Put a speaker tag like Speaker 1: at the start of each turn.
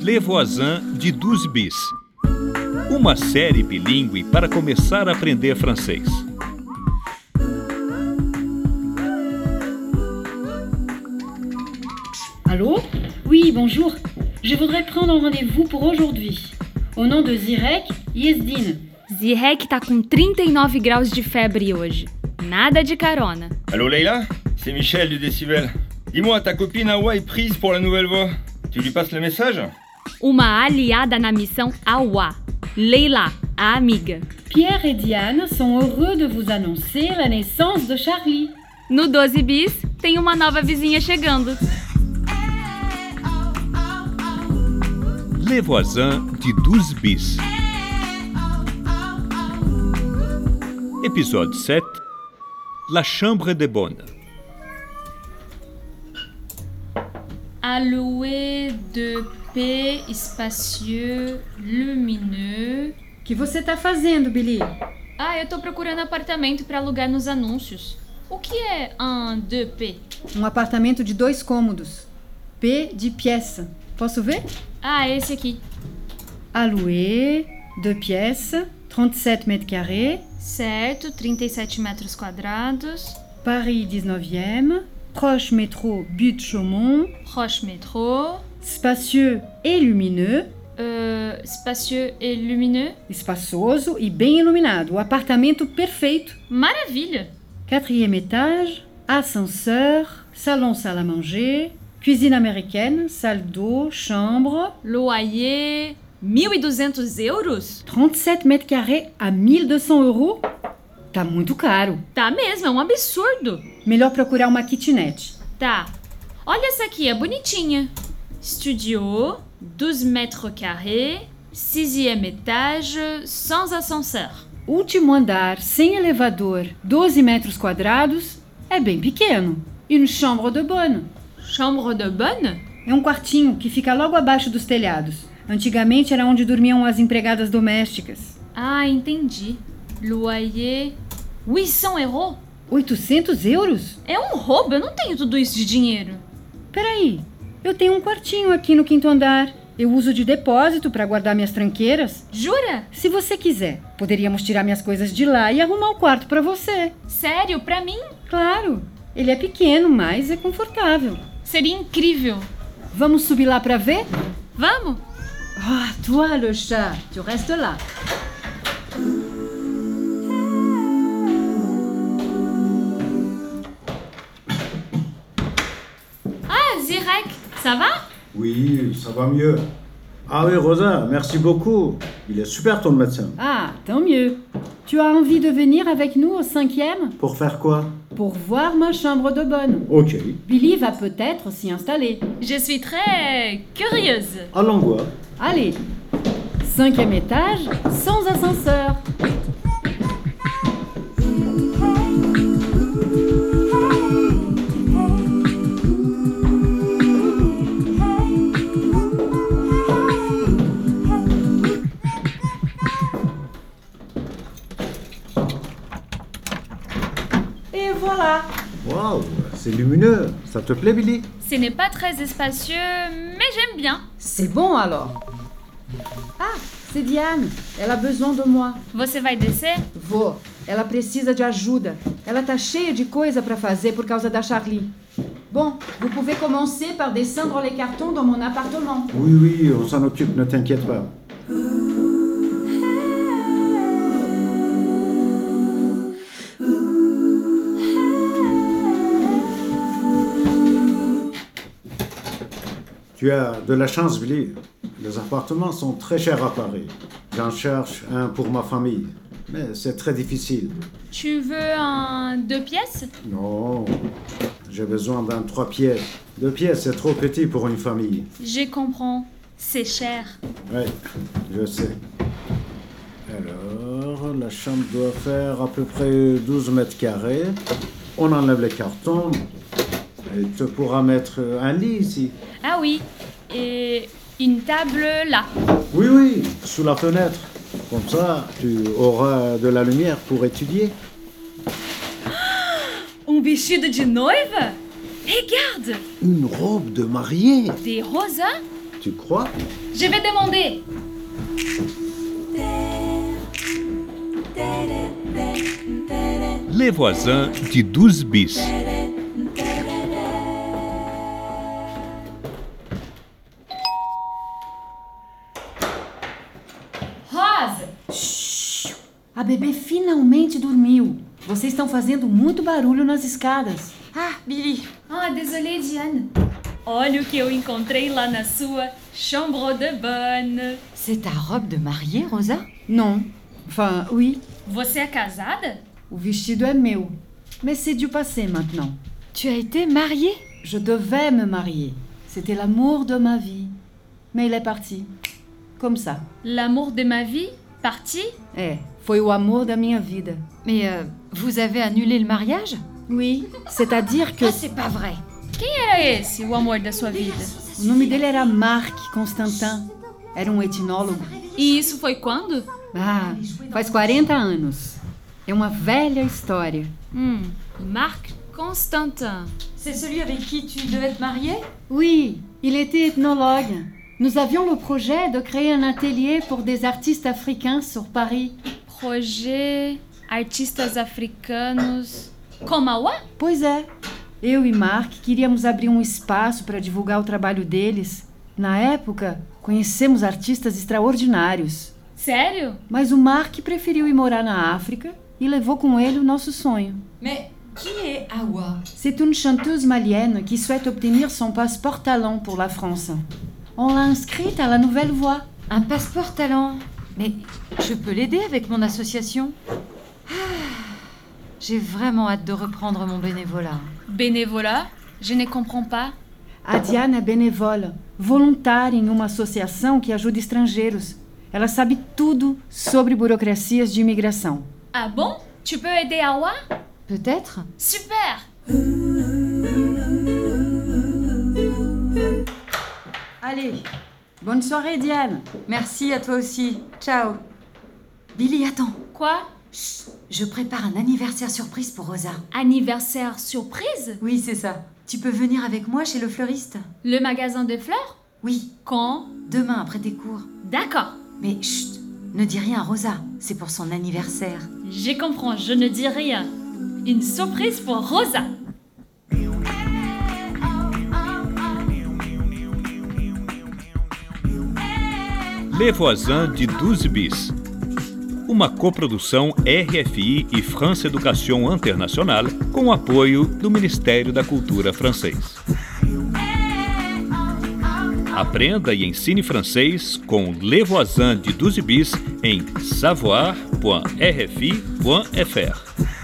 Speaker 1: Levoisin de Douze Bis. Uma série bilíngue para começar a aprender francês.
Speaker 2: Allô
Speaker 3: Oui, bonjour. Je voudrais prendre un rendez-vous pour aujourd'hui. Au nom de Zirek Yezdin.
Speaker 2: Zirek tá com 39 graus de febre hoje. Nada de carona.
Speaker 4: Allô Leila C'est Michel du Décibel. Dis-moi, ta copine Hawa est prise pour la nouvelle voix. Tu lui passes le message
Speaker 2: Uma aliada na missão AWA. Leila, a amiga.
Speaker 3: Pierre et Diane sont heureux de vous annoncer la naissance de Charlie.
Speaker 2: No 12 bis, tem uma nova vizinha chegando.
Speaker 1: Levoisin de Douze Bis. Episódio 7 La Chambre de Bonne.
Speaker 5: alloué de paix, espacieux, lumineux.
Speaker 3: O que você tá fazendo, Billy?
Speaker 5: Ah, eu tô procurando apartamento pra alugar nos anúncios. O que é un de paix?
Speaker 6: Um apartamento de dois cômodos. P de pièce. Posso ver?
Speaker 5: Ah, esse aqui.
Speaker 6: Alloué, deux pièces, 37 mètres carrés,
Speaker 5: Certo, 37 metros quadrados,
Speaker 6: Paris 19e, proche métro Butte-Chaumont,
Speaker 5: Roche Métro,
Speaker 6: spacieux et lumineux,
Speaker 5: euh, espacieux et lumineux.
Speaker 6: espaçoso e bem iluminado. O apartamento perfeito.
Speaker 5: Maravilha!
Speaker 6: Quatrième étage, ascenseur, salon-salle à manger, cuisine américaine, salle d'eau, chambre,
Speaker 5: Loyer, 1.200 euros?
Speaker 6: 37 mètres carrés a 1.200 euros? Tá muito caro.
Speaker 5: Tá mesmo, é um absurdo!
Speaker 6: Melhor procurar uma kitnet.
Speaker 5: Tá. Olha essa aqui, é bonitinha. Studio, 12 mètres carrés, sixième étage, sans ascenseur.
Speaker 6: Último andar, sem elevador, 12 metros quadrados, é bem pequeno. E no chambre de bonne.
Speaker 5: Chambre de bonne?
Speaker 6: É um quartinho que fica logo abaixo dos telhados. Antigamente era onde dormiam as empregadas domésticas.
Speaker 5: Ah, entendi. Loyer, 800 euros?
Speaker 6: 800 euros?
Speaker 5: É um roubo, eu não tenho tudo isso de dinheiro.
Speaker 6: Peraí, eu tenho um quartinho aqui no quinto andar. Eu uso de depósito para guardar minhas tranqueiras.
Speaker 5: Jura?
Speaker 6: Se você quiser, poderíamos tirar minhas coisas de lá e arrumar o quarto para você.
Speaker 5: Sério, pra mim
Speaker 6: Claro, ele é pequeno, mas é confortável.
Speaker 5: seria incrível.
Speaker 6: Vamos subir lá para ver?
Speaker 5: Vamos?
Speaker 6: Ah, toi le chat, tu restes là.
Speaker 5: Ah, Zirek, ça va?
Speaker 7: Oui, ça va mieux. Ah oui, Rosa, merci beaucoup. Il est super ton médecin.
Speaker 6: Ah, tant mieux. Tu as envie de venir avec nous au cinquième
Speaker 7: Pour faire quoi
Speaker 6: pour voir ma chambre de bonne.
Speaker 7: Ok.
Speaker 6: Billy va peut-être s'y installer.
Speaker 5: Je suis très curieuse.
Speaker 7: Allons voir.
Speaker 6: Allez, cinquième étage, sans ascenseur. Et voilà.
Speaker 7: Waouh, c'est lumineux. Ça te plaît, Billy
Speaker 5: Ce n'est pas très espacieux, mais j'aime bien.
Speaker 6: C'est bon alors. Ah, c'est Diane. Elle a besoin de moi.
Speaker 5: Você vai descer?
Speaker 6: Vou. Ela precisa de ajuda. Ela tá cheia de coisa para fazer por causa da Charlie. Bon, vous pouvez commencer par descendre les cartons dans mon appartement.
Speaker 7: Oui, oui, on s'en occupe, ne t'inquiète pas. Tu as de la chance, Billy. Les appartements sont très chers à Paris. J'en cherche un pour ma famille. Mais c'est très difficile.
Speaker 5: Tu veux un deux pièces
Speaker 7: Non, j'ai besoin d'un trois pièces. Deux pièces, c'est trop petit pour une famille.
Speaker 5: Je comprends. C'est cher.
Speaker 7: Oui, je sais. Alors, la chambre doit faire à peu près 12 mètres carrés. On enlève les cartons. Et tu pourras mettre un lit ici.
Speaker 5: Ah oui. Et une table là.
Speaker 7: Oui, oui, sous la fenêtre. Comme ça, tu auras de la lumière pour étudier.
Speaker 5: Um vestido de noiva Regarde
Speaker 7: Une robe de mariée
Speaker 5: Des hein? rosas
Speaker 7: Tu crois
Speaker 2: Je vais demander.
Speaker 1: Les voisins de 12 bis.
Speaker 5: Rose
Speaker 6: A bebê finalmente dormiu. Vocês estão fazendo muito barulho nas escadas.
Speaker 8: Ah, Billy,
Speaker 5: Ah, désolée, Diane. Oh, Olha o que eu encontrei lá na sua chambre de bonne.
Speaker 8: c'est ta robe de mariée, Rosa
Speaker 6: Não. Enfin, oui.
Speaker 5: Você é casada?
Speaker 6: O vestido é meu. Mais c'est du passé maintenant.
Speaker 8: Tu as été mariée
Speaker 6: Je devais me marier. C'était l'amour de ma vie. Mais il est parti. Comme ça.
Speaker 5: L'amour de ma vie Parti
Speaker 6: É, Eh, foi o amor da minha vida.
Speaker 8: Mais euh, vous avez annulé le mariage
Speaker 6: Oui, c'est-à-dire que
Speaker 8: Ah, c'est pas vrai
Speaker 5: Era esse o amor da sua vida.
Speaker 6: o nome dele era Marc Constantin. Era um etnólogo.
Speaker 5: E isso foi quando?
Speaker 6: Ah, faz 40 anos. É uma velha história.
Speaker 5: Hum, Marc Constantin.
Speaker 8: C'est celui avec qui tu devais te marier
Speaker 6: Oui, il était ethnologue. Nous avions le projet de créer un atelier pour des artistes africains sur Paris.
Speaker 5: Projet Artistas Africanos. Komawa?
Speaker 6: Pois é, eu e Marc queríamos abrir um espaço para divulgar o trabalho deles. Na época, conhecemos artistas extraordinários.
Speaker 5: Sério?
Speaker 6: Mas o Marc preferiu ir morar na África e levou com ele o nosso sonho.
Speaker 8: Mais qui est Awa
Speaker 6: C'est une chanteuse malienne qui souhaite obtenir son passeport talent pour la France. On l'a inscrite à la Nouvelle Voie.
Speaker 8: Un passeport talent Mais je peux l'aider avec mon association Ah, J'ai vraiment hâte de reprendre mon bénévolat.
Speaker 5: Bénévolat? Je ne comprends pas.
Speaker 6: A Diana é benevola, voluntária em uma associação que ajuda estrangeiros. Ela sabe tudo sobre burocracias de imigração.
Speaker 5: Ah bon? Tu peux aider Awa?
Speaker 8: Peut-être
Speaker 5: Super!
Speaker 6: Allez, bonne soirée, Diane.
Speaker 8: Merci à toi aussi. Ciao. Billy, attends.
Speaker 5: Quoi?
Speaker 8: Je prépare un anniversaire surprise pour Rosa.
Speaker 5: Anniversaire surprise?
Speaker 8: Oui, c'est ça. Tu peux venir avec moi chez le fleuriste
Speaker 5: Le magasin de fleurs?
Speaker 8: Oui,
Speaker 5: Quand?
Speaker 8: demain après tes cours.
Speaker 5: D'accord.
Speaker 8: Mais chut, ne dis rien à Rosa. C'est pour son anniversaire.
Speaker 5: Je comprends, je ne dis rien. Une surprise pour Rosa.
Speaker 1: Les voisins de 12 bis. Uma coprodução RFI e France Education Internacional com o apoio do Ministério da Cultura francês. Aprenda e ensine francês com Les voisins de 12 bis em savoir.rfi.fr.